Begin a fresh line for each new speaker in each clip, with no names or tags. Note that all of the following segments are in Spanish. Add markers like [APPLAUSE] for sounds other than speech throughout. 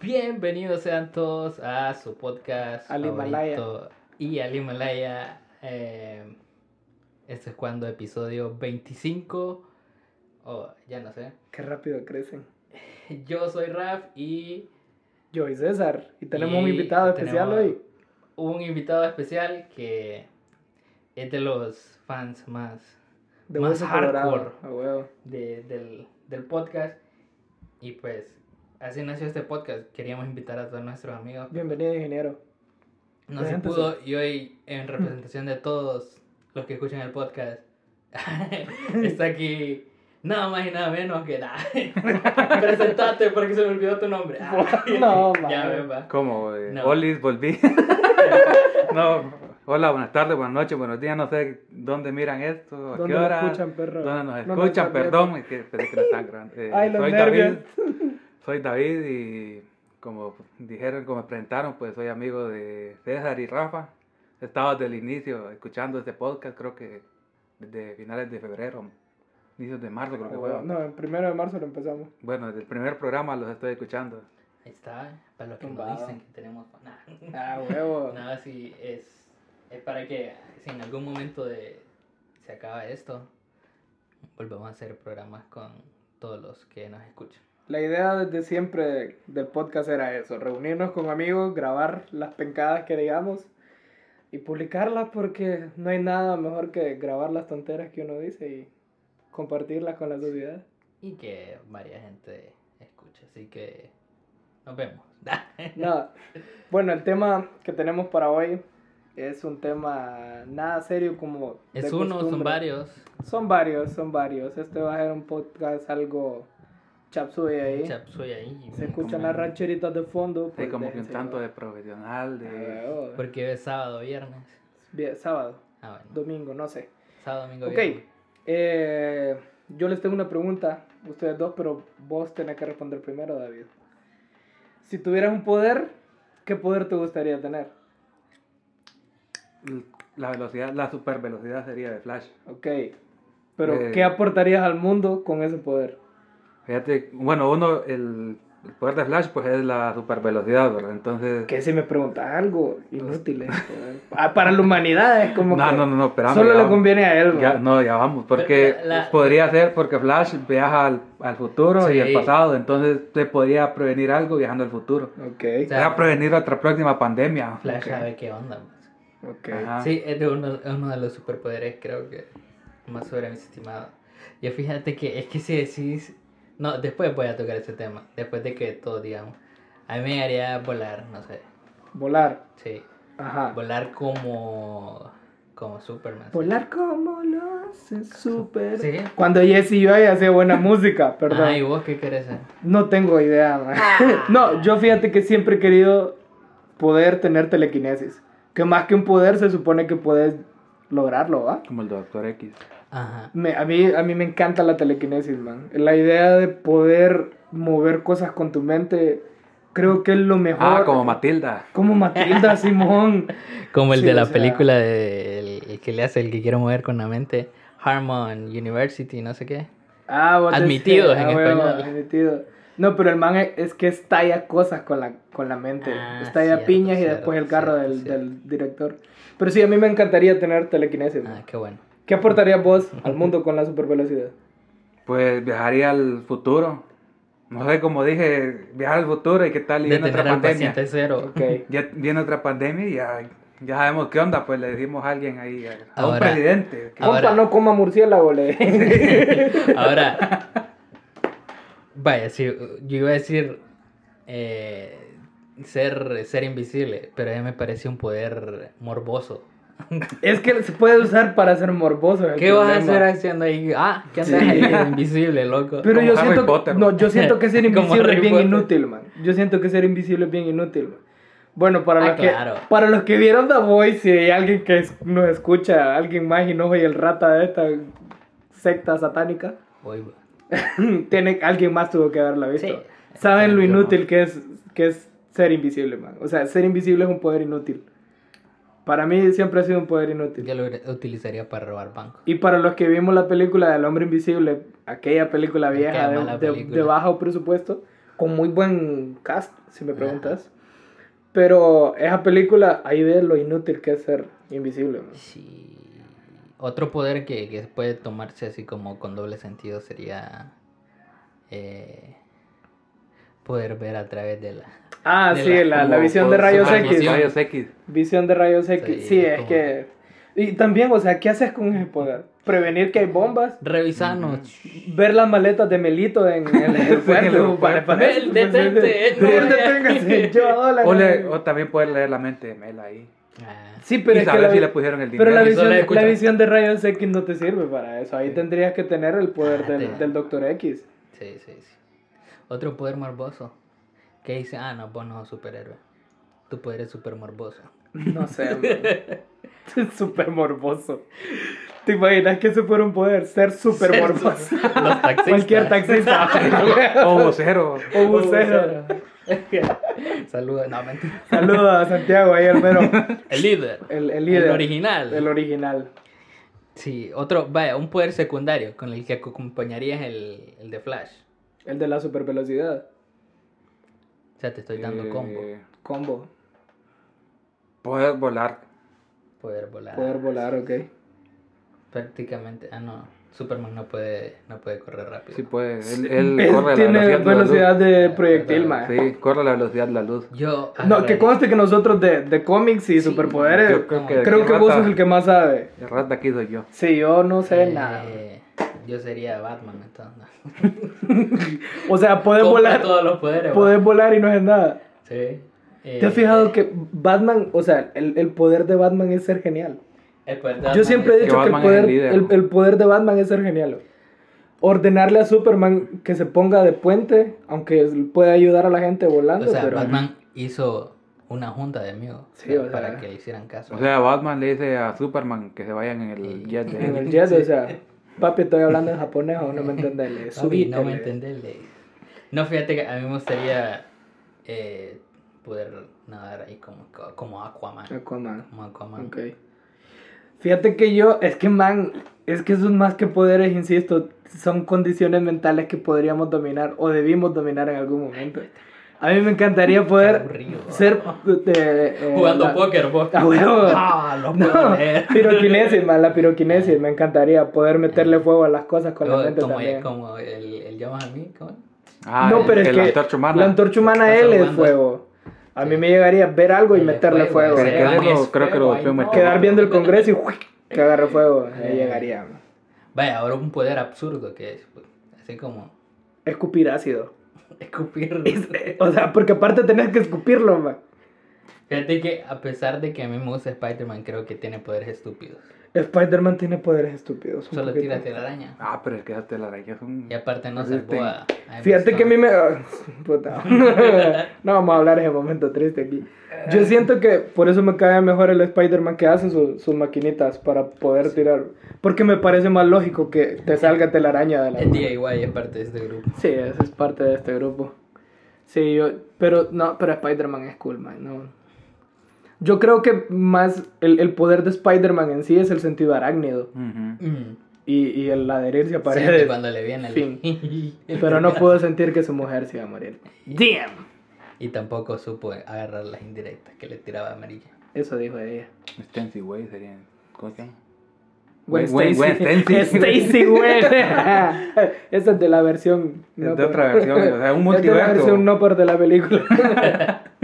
Bienvenidos sean todos a su podcast
Al Himalaya.
favorito y al Himalaya. Eh, este es cuando episodio 25 o ya no sé.
Qué rápido crecen.
Yo soy Raf y
Yo y César. Y tenemos un
Y
invitado especial
tenemos
hoy.
un invitado especial que es de los fans más
De
más
hueso colorado.
hardcore.
A huevo.
de- del, del podcast. Y pues así nació este podcast. Queríamos invitar a todos nuestros amigos.
Bienvenido, ingeniero.
No se
Preséntese.
pudo y hoy en representación de todos los que escuchan el podcast [LAUGHS] está aquí nada más y nada menos que nada. [LAUGHS] Presentate porque se me olvidó tu nombre. Ah,
No,
[LAUGHS] ya
man.
ves, va.
¿Cómo? eh,
No.
Olis, volví. [LAUGHS] no, hola, buenas tardes, buenas noches, buenos días, no sé dónde miran esto, a
¿Dónde
qué
nos
hora.
escuchan, perro?
¿Dónde nos
No
escuchan?
están
Perdón, es que pensé que no
[LAUGHS]
están grabando. Eh,
Ay, los
soy David,
nervios. [LAUGHS]
soy David y como dijeron, como me presentaron, pues soy amigo de César y Rafa. He estado desde el inicio escuchando este podcast, creo que desde finales de febrero, inicios de marzo, creo que
A
fue.
huevo. Oh, No, el primero de marzo
[LAUGHS]
lo empezamos.
Bueno, desde el primer programa los estoy escuchando.
Ahí está, para los que
Tumbado.
nos dicen que tenemos nada.
Ah, huevo.
Nada, sí, es, es para que si en algún momento de, se acaba esto, volvamos a hacer programas con todos los que nos escuchan.
La idea desde siempre del podcast era eso, reunirnos con amigos, grabar las pencadas que digamos y publicarlas porque no hay nada mejor que grabar las tonteras que uno dice y compartirlas con la sociedad.
Y que varias gente escuche, así que nos vemos. [LAUGHS]
Nada. Bueno, el tema que tenemos para hoy es un tema nada serio como... de
es uno, son
costumbre.
varios.
Son varios, son varios. Este va a ser un podcast algo chapsuy ahí.
Chap, soy ahí.
Se escuchan las rancheritas de fondo.
Sí,
pues,
como que un
déjense
tanto de
llevar.
profesional,
Ah,
de...
huevo.
Porque es sábado, viernes.
Bien, sábado,
Ah, bueno.
domingo, no sé.
Sábado, domingo,
Ok,
viernes.
eh, yo les tengo una pregunta, ustedes dos, pero vos tenés que responder primero, David. Si tuvieras un poder, ¿qué poder te gustaría tener?
La velocidad, la super velocidad sería de Flash.
Ok, pero
Eh.
¿qué aportarías al mundo con ese poder?
Fíjate, bueno, uno, el, el poder de Flash, pues es la super velocidad, ¿verdad? Entonces.
Que si me preguntas algo inútil, es, poder. Ah, para la humanidad es como
No,
que
no, no, no, espérame,
solo
ya
le
vamos.
conviene a él.
Ya,
¿no?
no, ya vamos, porque
Pero la- la-
podría ser porque Flash viaja al, al futuro y
Sí.
al pasado, entonces te podría prevenir algo viajando al futuro.
Ok,
sea,
Podría prevenir otra próxima pandemia.
Flash
ok. Ah.
sabe qué onda. pues.
ok.
Ajá.
Sí, es de uno, es uno de los superpoderes, creo que más sobre mis estimados. Yo fíjate que es que si decís. No, después voy a tocar ese tema. Después de que todo, digamos. A mí me haría volar, no sé.
Volar.
Sí.
Ajá.
Volar como. Como Superman.
Volar como lo hace súper.
Sí.
Cuando Jesse y yo hacía buena música, perdón.
Ah, ¿y vos qué querés ser?
No tengo idea, man. No, yo fíjate que siempre he querido poder tener telequinesis. Que más que un poder se supone que puedes lograrlo, ¿va?
Como el Doctor X.
Ajá.
Me- a, mí, a mí me encanta la telequinesis, man. La idea de poder mover cosas con tu mente, creo que es lo mejor.
Ah, como Matilda.
[LAUGHS]
Como Matilda Simón.
Como el
Sí,
de la
o sea-
película de el, el que le hace el que quiere mover con la mente. Harmon University, no sé qué.
Ah, vos decís-
Admitidos en
ah, huevo,
español.
admitido. No, pero el man es, es que estalla cosas con la, con la mente.
Ah,
estalla
cierto,
piñas y
cierto,
después el carro
cierto,
del,
cierto.
del director. Pero sí, a mí me encantaría tener telequinesis. man.
Ah, qué bueno.
¿Qué aportarías
[LAUGHS]
vos al mundo con la supervelocidad?
Pues viajaría al futuro. No sé, como dije, viajar al futuro y qué tal y viene
Detener
otra
al
pandemia.
paciente cero. [LAUGHS]
Ok.
Ya viene otra pandemia y ya, ya sabemos qué onda, pues le decimos a alguien ahí, a, a un
Ahora-
presidente.
Ahora-
Compa, no coma
[LAUGHS]
murciélago, le.
Ahora, vaya, si yo iba a decir eh, ser, ser invisible, pero ya me parece un poder morboso.
es que se puede usar para ser morboso. es el
¿Qué vas a
problema.
hacer haciendo ahí? Ah, ¿qué andas ahí de invisible, loco?
Pero
Como
yo
Harry
siento,
Potter,
no,
man.
yo siento que ser
Como
invisible es
Harry
bien
Potter.
inútil, man. Yo siento que ser invisible es bien inútil, man. Bueno, para,
Ah,
los
claro.
que, para los que vieron The Voice, si hay alguien que es- nos escucha, alguien más y no soy el rata de esta secta satánica, [CLEARS THROAT]
Uy, va.
tiene, alguien más tuvo que haberla visto.
Sí.
Saben lo
Yo no.
inútil que es, que es ser invisible, man. O sea, ser invisible es un poder inútil. Para mí siempre ha sido un poder inútil.
Yo lo hubiera- utilizaría para robar bancos.
Y para los que vimos la película del Hombre Invisible, aquella película
Aquella
vieja de,
mala
de-
película.
de bajo presupuesto, con muy buen cast, si me preguntas. Pero esa película, ahí ves lo inútil que es ser invisible. man.
Sí. Otro poder que, que puede tomarse así como con doble sentido sería eh, poder ver a través de la...
Ah,
De
sí,
la-
la, la
como
visión de
por
rayos X.
superposición.
Rayos X.
Visión de rayos X.
Sí,
Sí,
es
es
como-
que... Y también, o sea, ¿qué haces con ese poder? Prevenir que hay bombas.
Revisarnos.
Ver las maletas de Melito en
[LAUGHS]
el
Pues,
aeropuerto. para, para
Ve,
eso,
[LAUGHS] detente,
pues,
no,
sí. Deténgase, lleva dólares.
O, le- o también poder leer la mente de Mel ahí.
Ah,
Sí, pero
y
es que
saber
la,
si le pusieron el dinero.
pero la
Eso
visión,
la
la,
escucha.
visión de rayos X no te sirve para eso. Ahí tendrías que tener el poder
Ah,
del,
te-
del Doctor X.
sí, sí, sí. Otro poder morboso. Que dice, ah, no, vos no sos superhéroe. Tu poder es súper morboso.
No
[LAUGHS]
sé, man. [LAUGHS] Es súper morboso. ¿Te imaginas que eso fuera un poder? Ser súper
Ser
morboso.
[LAUGHS] Los taxistas.
[LAUGHS] Cualquier taxista.
[LAUGHS]
[LAUGHS]
O vocero.
o bucero.
[LAUGHS] Saludos. No, mentira.
Saludos a Santiago ahí, el
[LAUGHS]
mero.
El líder.
El, el líder.
El original.
El original.
Sí, otro, vaya, un poder secundario con el que acompañarías el, el de Flash.
El de la super velocidad.
O sea, te estoy dando
Eh,
combo.
Combo.
Poder volar.
Poder volar.
Poder volar, ok.
Prácticamente. Ah, no. Superman no puede, no puede correr rápido.
Sí puede. Él, él [LAUGHS]
Él
corre a la
tiene
velocidad,
velocidad
de
de proyectil,
la
man.
luz. Sí, corre a la velocidad de la luz.
Yo.
No,
agarraría-
que conste que nosotros de, de cómics y
Sí,
superpoderes,
yo creo que-
creo que
rata.
vos sos el que más sabe.
El rat de aquí soy yo.
Sí, yo no sé
Eh,
nada.
Yo sería Batman, entonces.
O sea, podés
Compra
volar,
todos los poderes.
podés volar y no es nada.
va. Sí. Eh,
¿Te has fijado que Batman, o sea, el, el poder de Batman es ser genial?
el poder de
yo
Batman
siempre he
es-
dicho que, el,
Batman es el
poder,
líder.
el- el poder de Batman es ser genial. Ordenarle a Superman que se ponga de puente, aunque puede ayudar a la gente volando.
O sea,
pero-
Batman hizo una junta de amigos
Sí, o sea.
para que le hicieran caso.
O sea, Batman le dice a Superman que se vayan en el jet [LAUGHS] de
[LAUGHS]
En
él.
el jet, o sea, papi, estoy hablando en japonés o no me entendés. le-
Papi,
Subite.
no me
le-
entendés. le- No, fíjate que a mí me gustaría eh, poder nadar ahí como, como Aquaman.
Aquaman.
Como Aquaman.
Ok. Fíjate que yo, es que man, es que esos más que poderes, insisto, son condiciones mentales que podríamos dominar o debimos dominar en algún momento. A mí me encantaría
Qué
poder
aburrido.
ser eh, eh,
Jugando
la-
póker, vos.
A huevo.
Ah, lo puedo
[LAUGHS] No,
leer.
piroquinesis, man, la piroquinesis, me encantaría poder meterle fuego a las cosas con la
Como-
mente
como,
también.
como el, el llamas a mí, ¿cómo?
Ah,
no,
el-
pero es
el
que
antorcha humana.
la antorcha humana
Estás
él es
ahogando.
fuego. A mí me llegaría a ver algo y
El de
meterle fuego.
ese
Pero que
man
algo-
es
creo que lo
fuego,
golpeó
ay,
un
no.
meteoro.
Quedar viendo el Congreso y [LAUGHS] ¡uy! que agarre fuego. Ahí llegaría. man.
Vaya, ahora un poder absurdo que es, pues, así como [LAUGHS]
Escupir ácido. eh,
escupir.
O sea, porque aparte tenés que escupirlo, man.
Fíjate que a pesar de que a mí me gusta Spider-Man, creo que tiene poderes estúpidos.
Spider-Man tiene poderes estúpidos. un
Solo
poquito.
tira telaraña.
Ah, pero es que esa telaraña es un...
Y aparte no
Así
se puede.
Fíjate que a mí me. ah, Puta. [LAUGHS] No vamos a hablar ese momento triste aquí.
Eh.
Yo siento que por eso me cae mejor el Spider-Man que hace su- sus maquinitas para poder tirar. Porque me parece más lógico que te salga telaraña de la
El
mano.
DIY es parte de este grupo.
Sí, eso es parte de este grupo. Sí, yo, pero no, pero Spider-Man es cool, man. No. Yo creo que más el, el poder de Spider-Man en sí es el sentido arácnido
Ujú.
Mm.
y, y el adherirse a
Siempre
paredes.
cuando le viene el... [LAUGHS]
Pero no puedo sentir que su mujer se iba a morir.
Damn. Y tampoco supo agarrar las indirectas que le tiraba [LAUGHS] amarilla.
Eso dijo ella.
Stancy Way serían... ¿Cómo se llama?
Gwen
Gwen- Gwen Stacy.
Stacy, [LAUGHS]
[LAUGHS]
Gwen. Esa es de la versión.
Es de otra
por-
versión,
[LAUGHS]
o sea, un
Es de la
multiverso.
versión no por de la película.
[LAUGHS]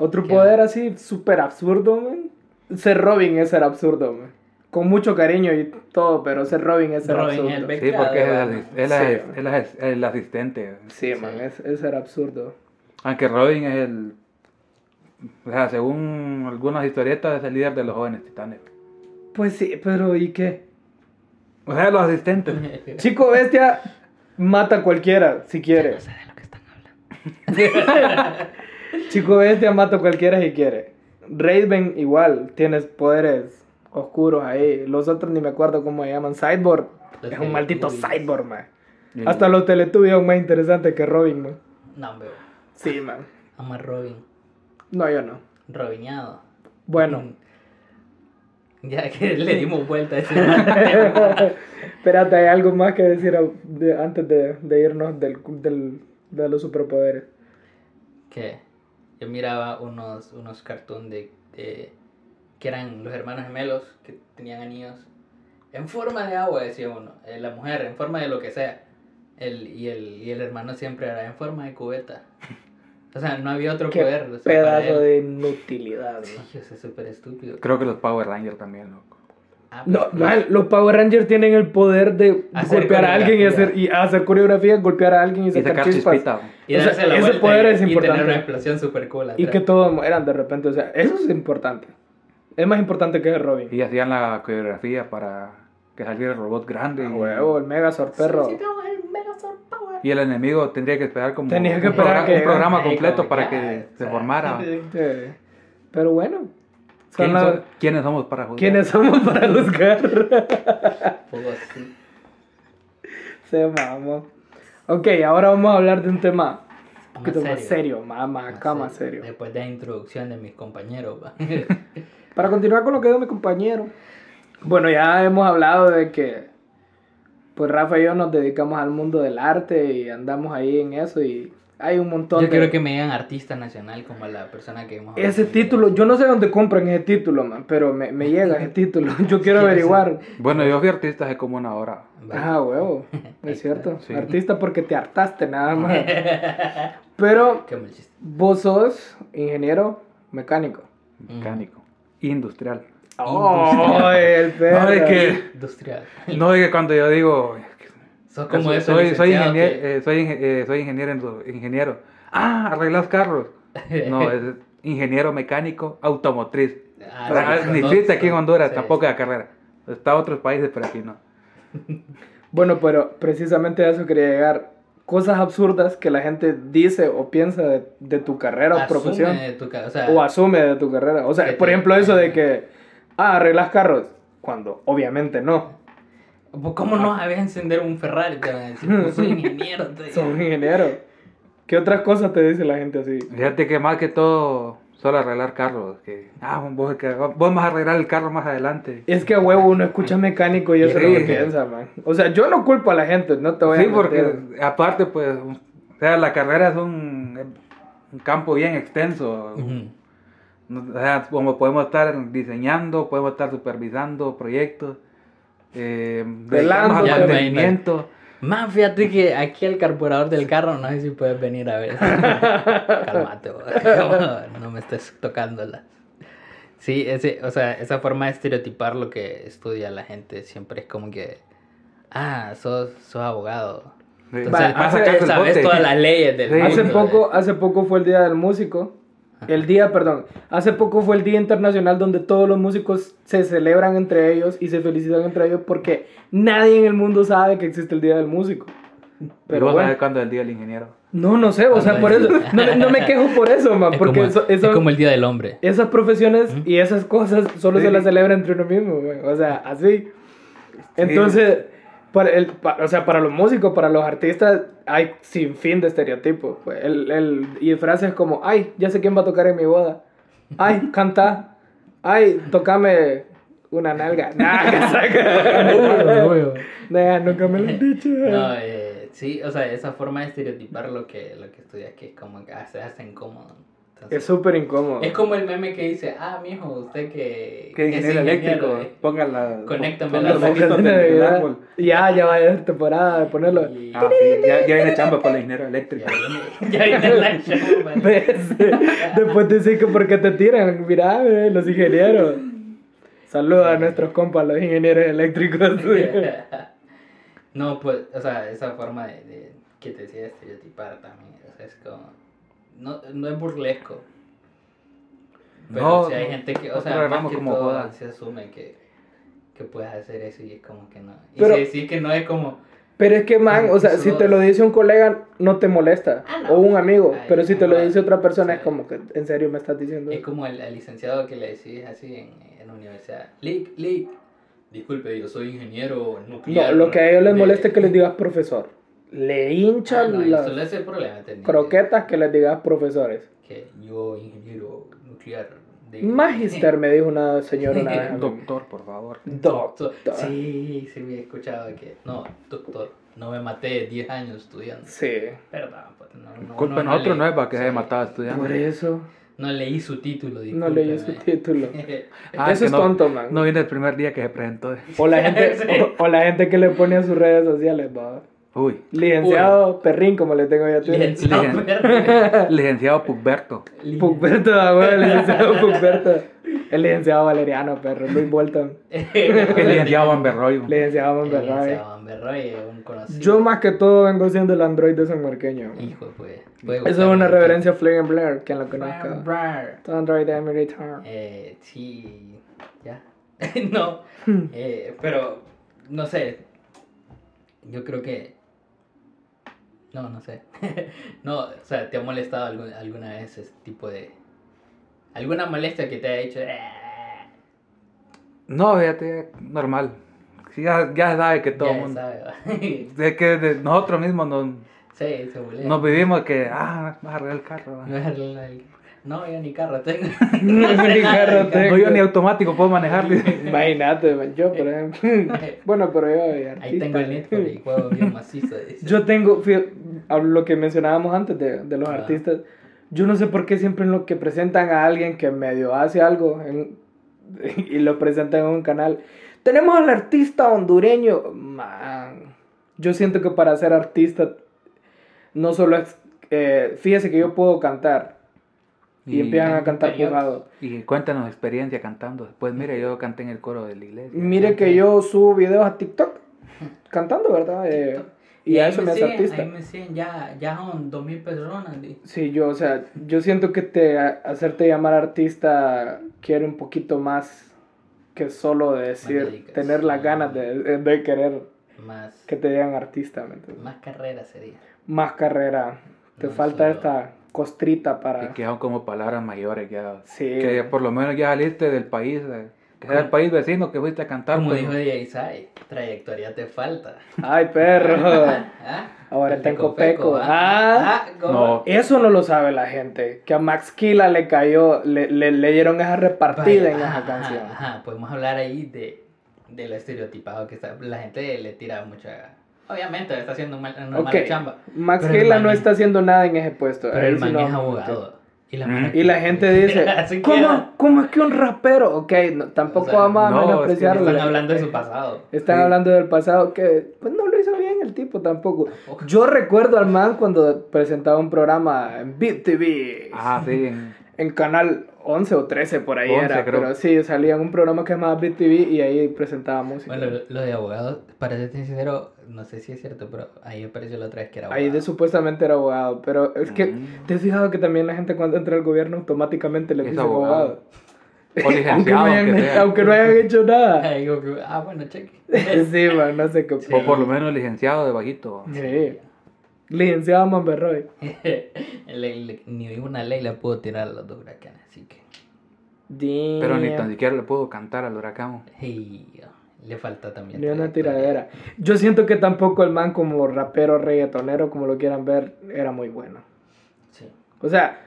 Otro
Qué
poder así súper absurdo, man. Ser Robin es ser absurdo, man. Con mucho cariño y todo, pero ser Robin es ser
Robin
absurdo.
es el
Sí, porque es el,
Claro,
asi- él es-
Sí.
él es el asistente.
Sí, man, es, es ser absurdo.
Aunque Robin es el... O sea, según algunas historietas, es el líder de los jóvenes titanes.
Pues sí, pero ¿y qué?
O sea, los asistentes.
Chico bestia mata a cualquiera, si quiere.
No sé de lo que están hablando.
Chico bestia mata a cualquiera si quiere. Raven igual, tienes poderes oscuros ahí. Los otros ni me acuerdo cómo se llaman. Cyborg.
Los
es un maldito
Teletubbies.
cyborg, man.
Y-
Hasta los Teletubbies son más interesantes que Robin, man.
No, hombre.
Sí, man.
Ama Robin.
No, yo no.
Robiñado.
Bueno,
[LAUGHS] Ya que le dimos vuelta a ese [LAUGHS] tema.
[LAUGHS] espérate, hay algo más que decir a- de- antes de, de irnos del, del- de los superpoderes.
que yo miraba unos, unos cartoons de, de- que eran los hermanos gemelos que tenían anillos en forma de agua, decía uno. eh, la mujer en forma de lo que sea. El, y, el, y el hermano siempre era en forma de [LAUGHS] cubeta. O sea, no había otro
Qué
poder. o sea, para
Pedazo
él.
de inutilidad.
Sí, yo sé, súper estúpido.
Creo que los Power Rangers también, loco.
Ah, pero-
No, man, los Power Rangers tienen el poder de
Hacer
golpear a alguien y
coreografía.
hacer, y hacer coreografía, golpear a alguien y
Y
sacar,
sacar
chispas.
chispita. güey.
y
o sea,
darse la
ese
vuelta
poder
y-
es
Y
importante.
tener una explosión súper cool.
Y
atrás.
que todos mueran de repente. O sea, eso es importante. Es más importante que Robin.
Y hacían la coreografía para que saliera el robot grande.
Ah,
y-
huevo, el Megazord, perro.
Necesitamos el Megazord Power.
Y el enemigo tendría que esperar como
Tenía que
un,
esperar
progra-
que-
un programa
Ay,
completo
como
para
ya,
que
o
se
sea.
formara.
Sí. Pero bueno. Son
¿Quiénes,
las-
son- quiénes somos para juzgar?
¿Quiénes somos [LAUGHS] para juzgar?
Fuego, sí.
Se mamó. Ok, ahora vamos a hablar de un tema un poquito más
serio.
serio, más, más acá más
Así,
serio.
Después de la introducción de mis compañeros.
[LAUGHS]
va.
Para continuar con lo que dijo mi compañero. Bueno, ya hemos hablado de que pues Rafa y yo nos dedicamos al mundo del arte y andamos ahí en eso y hay un montón
yo
de...
quiero que me digan artista nacional como la persona que hemos hablado.
Ese título, yo no sé dónde compran ese título, man, pero me, me llega ese título. [LAUGHS] Yo quiero averiguar.
Bueno, yo fui artista hace como una hora.
Va.
Ah, huevo, es cierto.
Sí.
Artista porque te hartaste nada más. Pero
Qué mal chiste.
vos sos ingeniero mecánico.
Mecánico. Industrial.
Oh, el perro.
No, de que,
Industrial.
no, de que cuando yo digo...
Sos como eso.
soy, soy, ingenier- eh, soy, ingen- eh, soy ingeniero, en- ingeniero. Ah, arreglas carros.
[LAUGHS]
No, es ingeniero mecánico automotriz.
eh,
Ah,
O sea, ni existe aquí en Honduras, tampoco la carrera. Está en otros países, pero aquí no.
Bueno, pero precisamente a eso quería llegar. Cosas absurdas que la gente dice o piensa de, de tu carrera o profesión. O asume de tu carrera. O
que
sea, por
te-
ejemplo, eso de que, ah, arreglas carros. Cuando, obviamente no.
¿Cómo no sabes encender un Ferrari? Te van a decir, "Pues
[LAUGHS]
soy ingeniero. te-
Son ingeniero. ¿Qué otras cosas te dice la gente así?
Fíjate que más que todo, solo arreglar carros. Que, ah, vos, que- vos vas a arreglar el carro más adelante.
Es que a huevo uno escucha mecánico y eso es lo que
Sí.
piensa, man. O sea, yo no culpo a la gente, no te voy a
Sí,
mentir.
porque aparte, pues, o sea, la carrera es un, un campo bien extenso.
Ujú.
No- O sea, como podemos estar diseñando, podemos estar supervisando proyectos, eh,
Pelando,
dedicándonos
Ya
al
me
mantenimiento.
Más fíjate que aquí el carburador del carro, no sé si puedes venir a ver.
[LAUGHS]
Calmate, bo. no me estés tocándola. Sí, ese, o sea, esa forma de estereotipar lo que estudia la gente siempre es como que, ah, sos, sos abogado. Entonces,
Va,
vas a
hace-
sacarse el
sabes
bote.
todas
[LAUGHS]
las leyes del
Sí.
mundo.
Hace
de-
poco, hace poco fue el día del músico. El día, perdón, hace poco fue el día internacional donde todos los músicos se celebran entre ellos y se felicitan entre ellos porque nadie en el mundo sabe que existe el día del músico.
Pero
Pero
vos
bueno,
sabés cuándo es el día del ingeniero.
no, no sé, o sea, por eso, no, me- no me quejo por eso, man,
es,
porque
como,
eso-
es
eso-
como el Día del
[LAUGHS]
Hombre.
esas profesiones y esas cosas solo se
Sí.
las celebra entre uno mismo, güey. O sea, así. Entonces, para el, pa- o sea, para los músicos, para los artistas, hay sin fin de estereotipos. pues. El, el- y frases como, ay, ya sé quién va a tocar en mi boda.
[LAUGHS]
Ay, canta. Ay, tocame una nalga. [LAUGHS] Nah, que saca.
[LAUGHS]
Nah, nunca me lo han dicho.
No, eh, sí, o sea, esa forma de estereotipar lo que, lo que estudias que es como que ah, se hace incómodo. Entonces,
Es súper incómodo.
Es como el meme que dice, ah, mijo, usted que,
Que
es
ingeniero
ingeniero,
eléctrico.
eh".
Pongan la.
Conéctame
pongan
la
los
boca
foquitos
Cadena
del-
de
del
vida.
árbol.
Ya, ya va a ser temporada de ponerlo.
Y-
Ah, sí, ya, ya viene chamba para el ingeniero eléctrico.
Ya viene- [LAUGHS] ya viene la chamba.
¿Ves? [LAUGHS] Después dicen que por qué te tiran. Mirá, eh, los ingenieros. Saluda a nuestros compas, los ingenieros
[LAUGHS]
eléctricos.
No, pues, o sea, esa forma de, de- que te decía de estereotipar también, o sea, es como, no, no es burlesco. Pero
No,
si hay
no,
gente que, o
nosotros
sea,
agarramos
más que
como
todo
joda.
se asume que, que puedes hacer eso y es como que no. Y
Pero-
si decís que no es como,
Pero es que, man, o sea, si te lo dice un colega, no te molesta. O un amigo. Pero si te lo dice otra persona, es como que, en serio, me estás diciendo.
es como el, el licenciado que le decís así en, en la universidad, Lick, Lick, disculpe, yo soy ingeniero nuclear.
No, lo que a ellos les
de-
molesta es que les digas profesor. le hincha
Ah, no, yo
las
solo ese problema tenía.
croquetas que les digas profesores.
Que yo, ingeniero nuclear. de-
Magister, me dijo una señora una
[LAUGHS]
vez. a mí.
Doctor, por favor.
Doctor.
Doctor.
Sí, sí, había escuchado que. No, doctor, no me maté 10 años estudiando.
Sí.
Perdón, pues no. no no,
Culpa en otro
le-
no es para que se haya
sí,
matado estudiando.
Por eso
No leí su título,
no leí su
discúlpeme.
título.
Ah,
eso
que
es
no-
tonto, man.
No viene el primer día que se presentó.
O la gente,
Sí.
o, o la gente que le pone a sus redes sociales, va.
Uy. [LAUGHS]
Licenciado Perrín, como le tengo yo a
[LAUGHS]
ti.
Licenciado
Ligen-
Verde.
Licenciado Puberto.
Li-
Pugberto, ah, güey, el licenciado Pugberto. El licenciado Valeriano, perro. Luis Bolton.
[LAUGHS]
El [LAUGHS] licenciado Bamberroyo.
Licenciado Monterrey.
Licenciado Monterrey, Eh, un conocido.
Yo más que todo vengo siendo el android de San Marqueño.
Hijo, pues.
Eso es una reverencia a Flag and Blair, quien lo conozca.
Brar.
Tu android de
[LAUGHS]
mi return.
Eh, sí, ya. [LAUGHS] no,
Hmm.
eh, pero no sé. Yo creo que. No, no sé. [LAUGHS] no, o sea, ¿te ha molestado algún- alguna vez ese tipo de. alguna molestia que te haya hecho? "Ah",
No, fíjate, normal. Sí, ya, ya sabe que todo
ya
el mundo.
sabe, ¿va? [LAUGHS]
Es que de- nosotros mismos nos,
sí, se molesta.
nos vivimos que, ah, vas a arreglar el carro.
No, es el- [LAUGHS] no, yo ni carro tengo.
[LAUGHS] No, yo ni
nada de
carro tengo.
No, [LAUGHS] yo ni automático puedo manejar.
Imagínate, man, yo, por ejemplo. [LAUGHS] bueno, pero yo, eh,
Ahí tengo el
artista.
Netflix, juego bien macizo.
[LAUGHS]
dice.
Yo tengo, fíjate, a lo que mencionábamos antes de, de los
Ah.
artistas, yo no sé por qué siempre en lo que presentan a alguien que medio hace algo en- [LAUGHS] y lo presentan en un canal, tenemos al artista hondureño, man, yo siento que para ser artista, no solo es, eh, fíjese que yo puedo cantar [LAUGHS] y, empiezan a cantar
periodos.
jugado.
Y cuéntanos experiencia cantando. Después, mire, yo canté en el coro de la iglesia.
Mire que yo subo videos a TikTok cantando, ¿verdad? Eh, y a
ahí
eso me hace
siguen,
artista.
Ahí me siguen, ya, ya son 2.000 personas. di.
Sí, yo, o sea, yo siento que te, hacerte llamar artista quiere un poquito más que solo decir,
dedicación.
tener las ganas de, eh, de querer
Más,
que te digan artista, ¿me entiendes?
más carrera sería.
Más carrera, te
No,
falta
solo-
esta costrita para...
Que quedan como palabras mayores ya.
Sí,
Que por lo menos ya saliste del país, eh, que sea el país vecino que fuiste a cantar. pues,
Como
pero-
dijo DJ Isai, trayectoria te falta.
ay
[LAUGHS]
perro,
¿Ah?
ahora
El de
tengo
Copeco,
peco. Ah,
¿ah? ¿cómo?
No.
eso no lo sabe la gente, que a Max Kila le cayó, le, le, le dieron esa repartida
Vaya,
en esa
ajá,
canción.
ajá, ajá, podemos hablar ahí de, de lo estereotipado que está. La gente le tira mucha. Obviamente, está haciendo una, una
Ok,
mala chamba.
Max
Pero el
Kila
man
no
es-
está haciendo nada en ese puesto.
Pero
ahí
el
sí
man
no
es
vamos a meter.
abogado. Y la,
Mm.
mara-
Y la gente
[LAUGHS]
dice,
Así
¿cómo,
queda.
¿cómo es que un rapero? Ok, no, tampoco
O sea,
vamos a
no, es que
menospreciarlo.
Están hablando de su pasado.
Están
Sí.
hablando del pasado que pues no lo hizo bien el tipo tampoco.
Tampoco.
Yo recuerdo al man cuando presentaba un programa en Beat TV,
Ah, sí.
[LAUGHS]
en-
en canal 11 o 13 por ahí
11
era,
creo.
pero sí, salía en un programa que se llamaba Beat TV y ahí presentaba música.
Bueno, lo- lo de abogados, para ser sincero, no sé si es cierto, pero ahí apareció la otra vez que era abogado.
ahí de, supuestamente era abogado, pero es que
Mm.
te has fijado que también la gente cuando entra al gobierno automáticamente le
Es
dice
abogado.
abogado.
O
Aunque no,
licenciado,
hayan,
aunque sea.
aunque no hayan hecho
[LAUGHS]
nada.
Ahí digo que, ah, bueno, cheque.
[LAUGHS] Sí, man, no sé qué.
O por lo menos licenciado de bajito.
Sí. Licenciado Manberroy.
[LAUGHS] Le- le- ni una ley la pudo tirar a los dos huracanes, así que.
Pero ni tan siquiera le puedo cantar al huracán.
ey, oh, le falta también.
Ni una
trayectoria.
tiradera. Yo siento que tampoco el man como rapero, reggaetonero, como lo quieran ver, era muy bueno.
Sí.
O sea,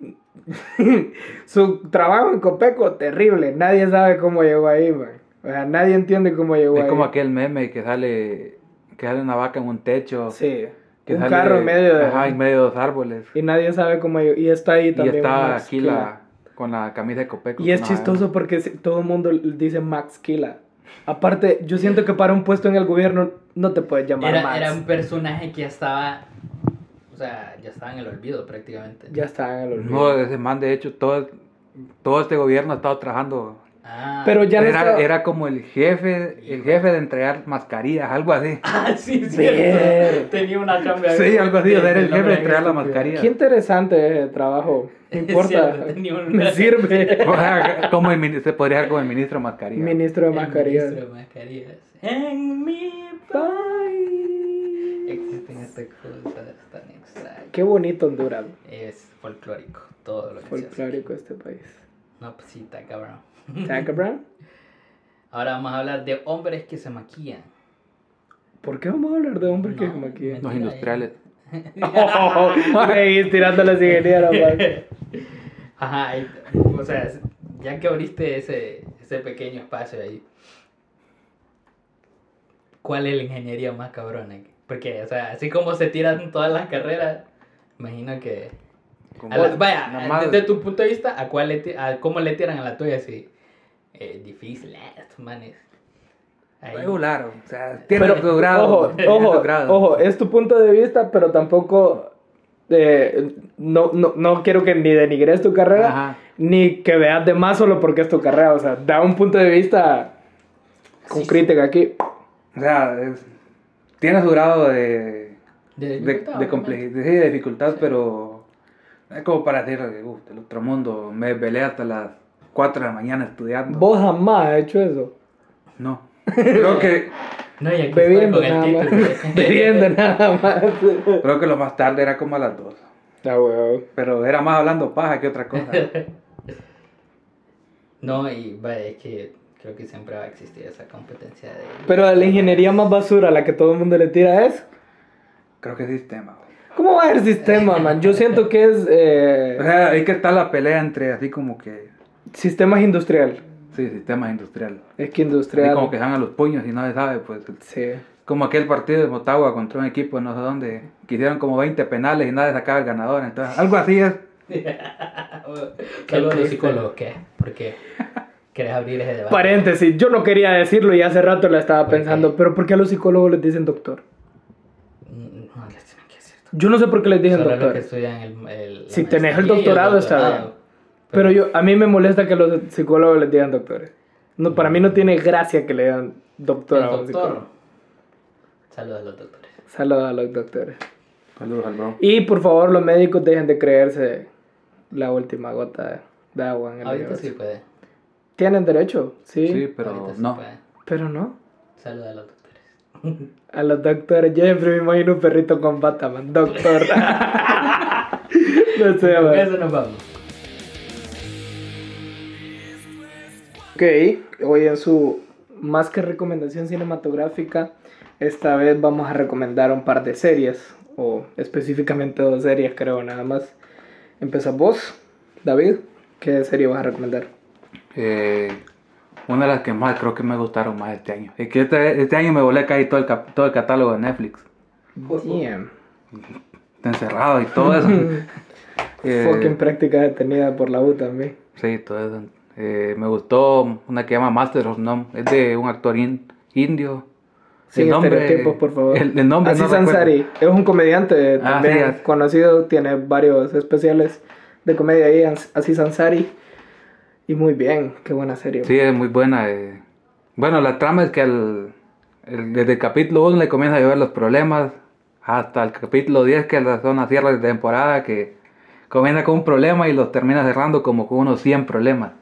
[LAUGHS] su trabajo en Copeco, terrible. Nadie sabe cómo llegó ahí, man. O sea, nadie entiende cómo llegó
Es
ahí.
como aquel meme que sale, que sale una vaca en un techo.
Sí.
que
un
sale-
carro en medio de...
Ajá, en medio de los árboles.
Y nadie sabe cómo llegó. Y está ahí
Y
también.
está
Max
aquí la, con la camisa de Copeco.
Y es
No,
chistoso porque se- todo el mundo dice Max Kila. Aparte, yo siento que para un puesto en el gobierno no te puedes llamar
Era,
Max.
era un personaje que ya estaba. O sea, ya estaba en el olvido prácticamente.
Ya está en el olvido.
No, ese man, de hecho, todo, todo este gobierno ha estado trabajando.
Ah,
Pero ya no
era,
está-
era como el jefe, el jefe de entregar mascarillas, algo así.
[LAUGHS]
[LAUGHS]
Ah, sí, sí.
Ver.
Tenía una chamba.
Sí, algo así, o sea, era el jefe de
hombre
entregar
que-
la mascarilla.
Qué interesante ese
[LAUGHS]
trabajo. No
Es
importa.
cierto, tenía un-
[LAUGHS] Me sirve.
[LAUGHS]
O sea, como el mini- se podría ver como el ministro mascarilla.
Ministro de
El
mascarillas.
ministro de mascarillas. En mi
Bye.
Existen este estas cosas tan extrañas.
Qué bonito Honduras.
Es folclórico, todo lo que se hace.
Folclórico este país.
No, pues sí, está cabrón.
¿Taca Brown?
Ahora vamos a hablar de hombres que se maquillan.
¿Por qué vamos a hablar de hombres que
No,
maquillan? [LAUGHS]
mentira,
Los industriales.
Ahí tirándole a ingeniero,
[LAUGHS]
man.
Ajá, y- o sea, ya que abriste ese, ese pequeño espacio ahí, ¿cuál es la ingeniería más cabrona? Porque, o sea, así como se tiran todas las carreras, imagino que...
Como-
a la- vaya,
nada más.
desde tu punto de vista, ¿a, cuál le ti- a cómo le tiran a la tuya? Sí, eh, difícil, eh, estos manes. Ahí.
Regular, o sea, tiene tu grado.
ojo,
tiene
ojo,
tu grado.
ojo, es tu punto de vista, pero tampoco eh, no, no, no quiero que ni denigres tu carrera,
Ajá.
ni que veas de más solo porque es tu carrera. O sea, da un punto de vista con
Sí,
crítica aquí.
O sea, es- tiene su grado de,
De,
de,
dificultad,
de
obviamente.
complejidad, sí, de dificultad, pero no es como para decir, uff, el otro mundo, me desvelé hasta las 4 de la mañana estudiando.
Vos jamás has hecho eso.
No. Creo que,
No, y aquí estoy
Bebiendo
con el
nada
título. [LAUGHS]
más. [LAUGHS] Bebiendo nada
[LAUGHS]
más.
creo que lo más tarde era como a las 2.
Ah, weón.
Pero era más hablando paja que otra cosa.
No, y vaya, es que creo que siempre va a existir esa competencia de...
Pero la ingeniería más basura, la que todo el mundo le tira es.
Creo que es sistema. güey.
¿Cómo va el sistema, man? Yo siento que es eh,
O sea, hay que estar la pelea entre así como que,
sistemas industrial.
sí, sistemas industriales.
Es que
Así
industrial.
como que están a los puños y no se sabe, pues.
Sí.
Como aquel partido de Motagua contra un equipo no sé dónde, que hicieron como 20 penales y nadie sacaba el ganador. Entonces, algo así es.
Saludos a los
triste.
psicólogos, ¿qué? Porque querés abrir ese debate.
Paréntesis, yo no quería decirlo y hace rato la estaba
Ok.
pensando, pero ¿por qué a los psicólogos les dicen doctor?
Mm, No, lástima que es cierto.
Yo no sé por qué les dicen
Solo los que
doctor.
estudian el... el- la
Si tenés el
maestría y
doctorado, está bien. Pero yo, a mí me molesta que los psicólogos les digan doctores. No, para mí no tiene gracia que le digan doctor
el
a un
doctor.
psicólogo.
Saludos a los doctores.
Saludos a los doctores.
Saludos al bro.
Y por favor, los médicos dejen de creerse la última gota de agua en el
Ahorita
universo.
sí puede.
Tienen derecho, sí,
Sí, pero
ahorita sí
no.
puede.
pero no.
Saludos a los doctores.
A los doctores, yo siempre me imagino un perrito con
[LAUGHS]
Batman, doctor. [LAUGHS] no sé,
Con
man.
eso nos vamos.
Ok, hoy en su más que recomendación cinematográfica, esta vez vamos a recomendar un par de series, o específicamente dos series, creo, nada más. Empezás vos, David, ¿qué serie vas a recomendar?
Eh, una de las que más creo que me gustaron más este año. Es que este, este año me volé casi todo el, cap- todo el catálogo de Netflix.
Damn.
Encerrado y todo
[LAUGHS]
eso. Eh,
Fucking práctica detenida por la U también.
Sí, todo eso. Eh, me gustó una que llama Master of None. Es de un actor in- indio.
Sin estereotipos, por favor.
El, el nombre
Así
no recuerdo.
Sansari, es un comediante
Ah,
también
sí, así.
conocido, tiene varios especiales de comedia ahí, Ans- Así Sansari. Y muy bien, qué buena serie.
Sí, es muy buena. eh. Bueno, la trama es que al- el- desde el capítulo 1 le comienza a llover los problemas hasta el capítulo 10, que es la zona cierre de temporada, que comienza con un problema y los termina cerrando como con unos 100 problemas.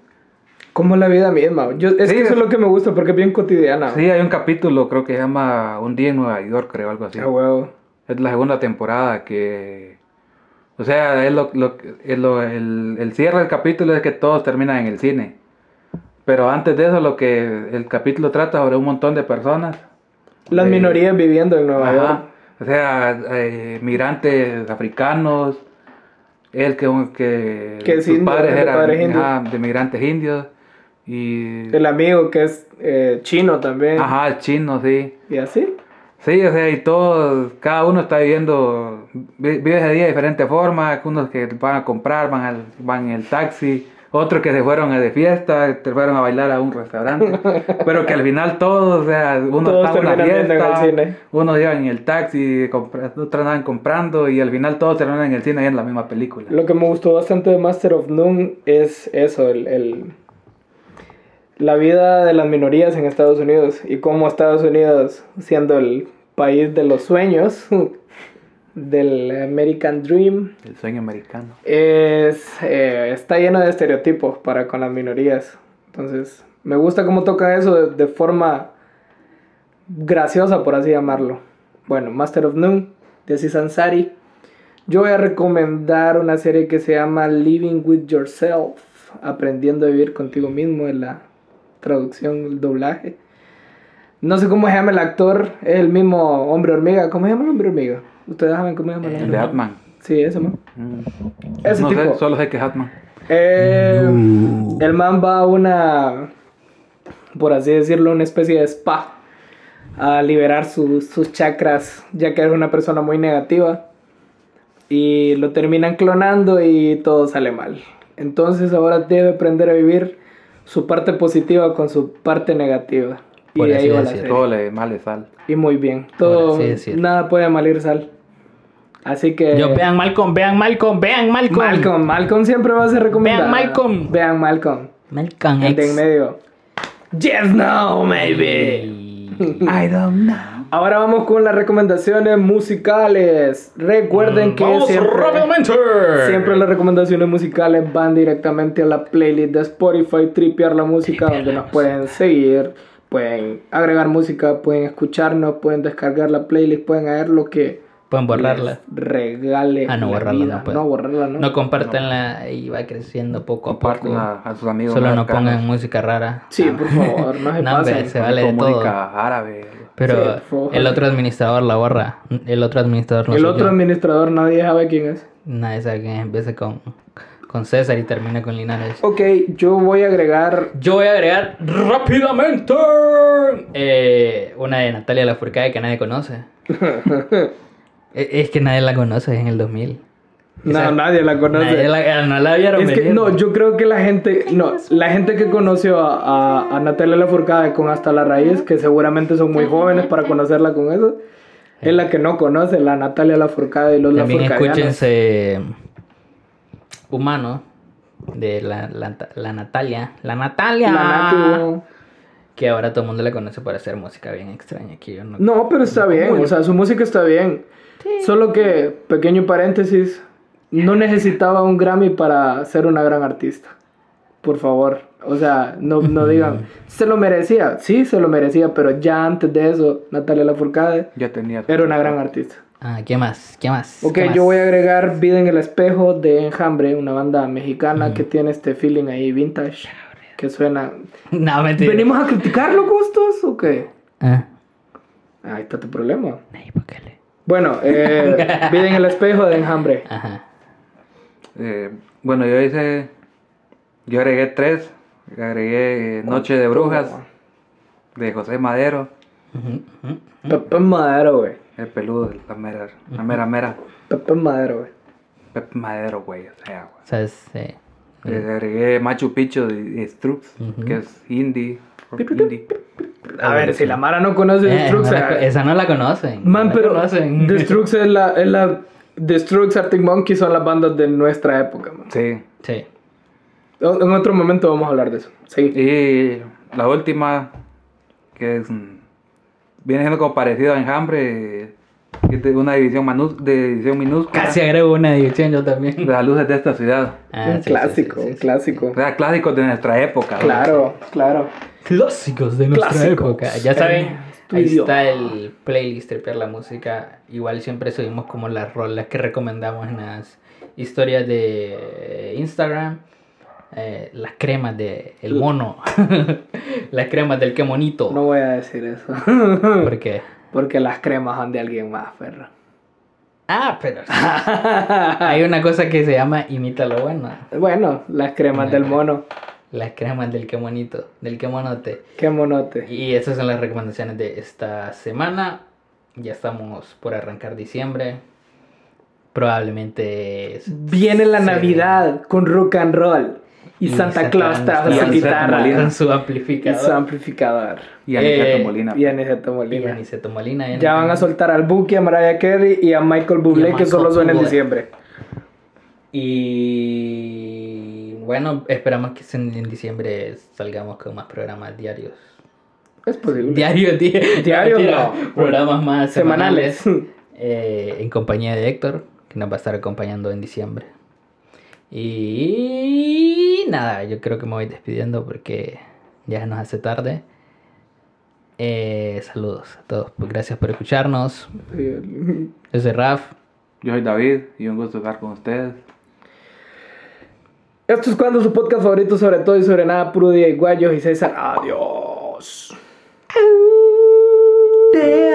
Como la vida misma. Yo, es
Sí,
que eso
es-
es lo que me gusta porque es bien cotidiana.
Sí, hay un capítulo, creo que se llama Un día en Nueva York, creo, algo así.
A huevo.
Es la segunda temporada que... O sea, es lo, lo- es lo- el, el cierre del capítulo es que todos terminan en el cine. Pero antes de eso, lo que el capítulo trata sobre un montón de personas
Las
Eh,
minorías viviendo en Nueva
Ajá.
York.
O sea, eh, migrantes africanos, él que, que,
Que es
sus
indio,
padres
de
eran
padres indios.
ajá, de migrantes indios y
El amigo que es eh, chino también.
ajá, chinos, sí.
Y así.
Sí, o sea, y todos, cada uno está viviendo, vi- vive ese día de diferente forma, unos que van a comprar, van, al- van en el taxi, otros que se fueron a de fiesta, se fueron a bailar a un
[LAUGHS]
restaurante, pero que al final todos, o sea, uno
Todos
está en una
terminan viendo en el
fiesta,
cine.
unos iban en el taxi, compra- otros andaban comprando y al final todos terminan en el cine y en la misma película.
Lo que me gustó bastante de Master of None es eso, el, el- la vida de las minorías en Estados Unidos y cómo Estados Unidos, siendo el país de los sueños, [LAUGHS] del American Dream,
El sueño americano.
es, eh, está lleno de estereotipos para con las minorías. Entonces, me gusta cómo toca eso de, de forma graciosa, por así llamarlo. Bueno, Master of None, de Aziz Ansari. Yo voy a recomendar una serie que se llama Living with Yourself, aprendiendo a vivir contigo mismo, en la traducción, el doblaje. No sé cómo se llama el actor, es el mismo hombre hormiga. ¿Cómo se llama el hombre hormiga? Ustedes saben cómo se llama el
El
hombre
de
hormiga.
Atman.
Sí, ese man.
Mm.
Ese
no
tipo.
sé, solo sé que es Atman.
Eh,
Uh.
el man va a una, por así decirlo, una especie de spa a liberar su- sus chakras, ya que es una persona muy negativa. Y lo terminan clonando y todo sale mal. Entonces ahora debe aprender a vivir su parte positiva con su parte negativa.
Por
y de
así
ahí va la
decirlo.
serie.
Todo le mal le sal.
Y muy bien.
Por
Todo,
así decirlo.
nada puede malir sal. Así que...
Yo, vean Malcolm, vean Malcolm, vean Malcolm.
Malcolm, Malcolm siempre va a ser recomendado.
Malcolm.
Vean Malcolm.
Malcolm
El de en
X.
medio. Yes, no, maybe.
Y-
I don't know.
Ahora vamos con las recomendaciones musicales. Recuerden que
Mm, Vamos
siempre,
rápidamente.
siempre las recomendaciones musicales van directamente a la playlist de Spotify, tripear la música, donde nos pueden seguir, pueden agregar música, pueden escucharnos, pueden descargar la playlist, pueden ver lo que
Pueden borrarla.
les regale.
Ah, no,
la
borrarla
vida.
no puede.
No, borrarla no.
No compartanla y va creciendo poco a poco.
Compártanla a sus amigos.
Solo no
mexicanos.
pongan música rara. Ah.
Sí, por favor,
[LAUGHS]
no se
No, hombre,
pasen.
se vale de
Con
todo.
música árabe.
Pero
Sí, por favor.
el otro administrador la borra. El otro administrador no
El
soy
otro
yo.
administrador nadie sabe quién es.
Nadie sabe quién es. empieza con, con César y termina con Linares.
Ok, yo voy a agregar.
Yo voy a agregar rápidamente eh, una de Natalia Lafourcade que nadie
[LAUGHS]
conoce. E- es que nadie la conoce es en el 2000.
No,
Esa-
nadie la conoce.
Nadie la- eh, no la vieron
Es que
venir. pues.
no, yo creo que la gente, no, la gente que conoció a, a, a Natalia Lafourcade con Hasta la Raíz, que seguramente son muy jóvenes para conocerla con eso, es la que no conoce, la Natalia Lafourcade y los
También
Lafourcadeanos.
escúchense Humano de la, la, la Natalia. La Natalia.
La Nati, no.
Que ahora todo el mundo la conoce por hacer música bien extraña. Que yo no.
No, pero está bien, o sea, su música está bien. Solo que, pequeño paréntesis, no necesitaba un Grammy para ser una gran artista. Por favor, o sea, no, no digan, se lo merecía, sí, se lo merecía, pero ya antes de eso, Natalia Lafourcade
Yo tenía.
era una gran artista.
Ah, ¿qué más? ¿Qué más?
Ok,
¿Qué más?
yo voy a agregar Vida en el Espejo de Enjambre, una banda mexicana que tiene este feeling ahí vintage, que suena...
[LAUGHS] No, mentira.
¿Venimos a criticar los gustos o qué? Ah,
Ah,
Ahí está tu problema.
ahí, póngale.
Bueno,
[LAUGHS]
eh, Vida en el espejo de enjambre.
Ajá.
Eh, bueno, yo hice. Yo agregué tres. Agregué eh, Noche de Brujas
Oh.
de José Madero.
Ujú, ujú.
Pepe Madero, güey.
El peludo, de la mera, la mera, mera.
Pepe Madero, güey.
Pepe Madero, güey. O sea, güey.
O sea, es, eh,
Eh, agregué Machu Picchu de, de Strux,
Ujú.
que es indie. rock indie.
A ver, si la Mara no conoce
eh, no
Destrux.
la co-
eh,
esa no la conocen.
Man,
no la
pero
conocen. [LAUGHS]
Destrux es la, es la. Destrux, Arctic Monkey son las bandas de nuestra época, man.
Sí.
Sí.
O- En otro momento vamos a hablar de eso. Sí.
Y la última, que es. mm, Viene siendo como parecido a Enjambre. que es de una división, manu- de división minúscula.
Casi agrego una edición yo
De
también.
las luces de esta ciudad.
Ah, sí,
un
sí,
clásico,
sí, sí,
un
sí.
clásico.
O sea, clásicos de nuestra época. ¿no?
Claro, claro.
Clásicos de nuestra
Clásicos.
época. Ya
Eh,
saben,
tu
ahí
idioma.
está el playlist Tripear la Música. Igual siempre subimos como las rolas que recomendamos en las historias de Instagram. Eh, las cremas de el mono. [LAUGHS] las cremas del que monito.
No voy a decir eso.
Oh. Porque.
[LAUGHS] Porque las cremas son de alguien más, perro. [LAUGHS]
Ah, pero. Hay una cosa que se llama imita lo bueno.
Bueno, las cremas del mono.
Las cremas del que monito. Del que monote.
Qué monote.
Y esas son las recomendaciones de esta semana. Ya estamos por arrancar diciembre. Probablemente. es-
Viene la
se-
Navidad con rock and roll. Y, Santa Claus trajo
y
su
Aniceto
guitarra
Molina.
Con su
y su
amplificador.
amplificador.
Y Aniceto
Eh,
Molina.
Y Aniceto
Y
Molina.
Aniceto Molina.
Ya van a soltar al Buki, a Mariah Carey y a Michael Bublé, que
Michael
solo suena en
Bublé.
diciembre.
Y. Bueno, esperamos que en en diciembre salgamos con más programas diarios.
Es posible.
Diarios, di-
Diarios
mentira,
no.
Programas más semanales.
Semanales.
eh, en compañía de Héctor, que nos va a estar acompañando en diciembre. Y nada, yo creo que me voy despidiendo porque ya se nos hace tarde. Eh, saludos a todos, pues gracias por escucharnos. Yo soy Raf.
Yo soy David y un gusto estar con ustedes.
Esto es cuando su podcast favorito sobre todo y sobre nada, puro día y guayos y César. Adiós. Te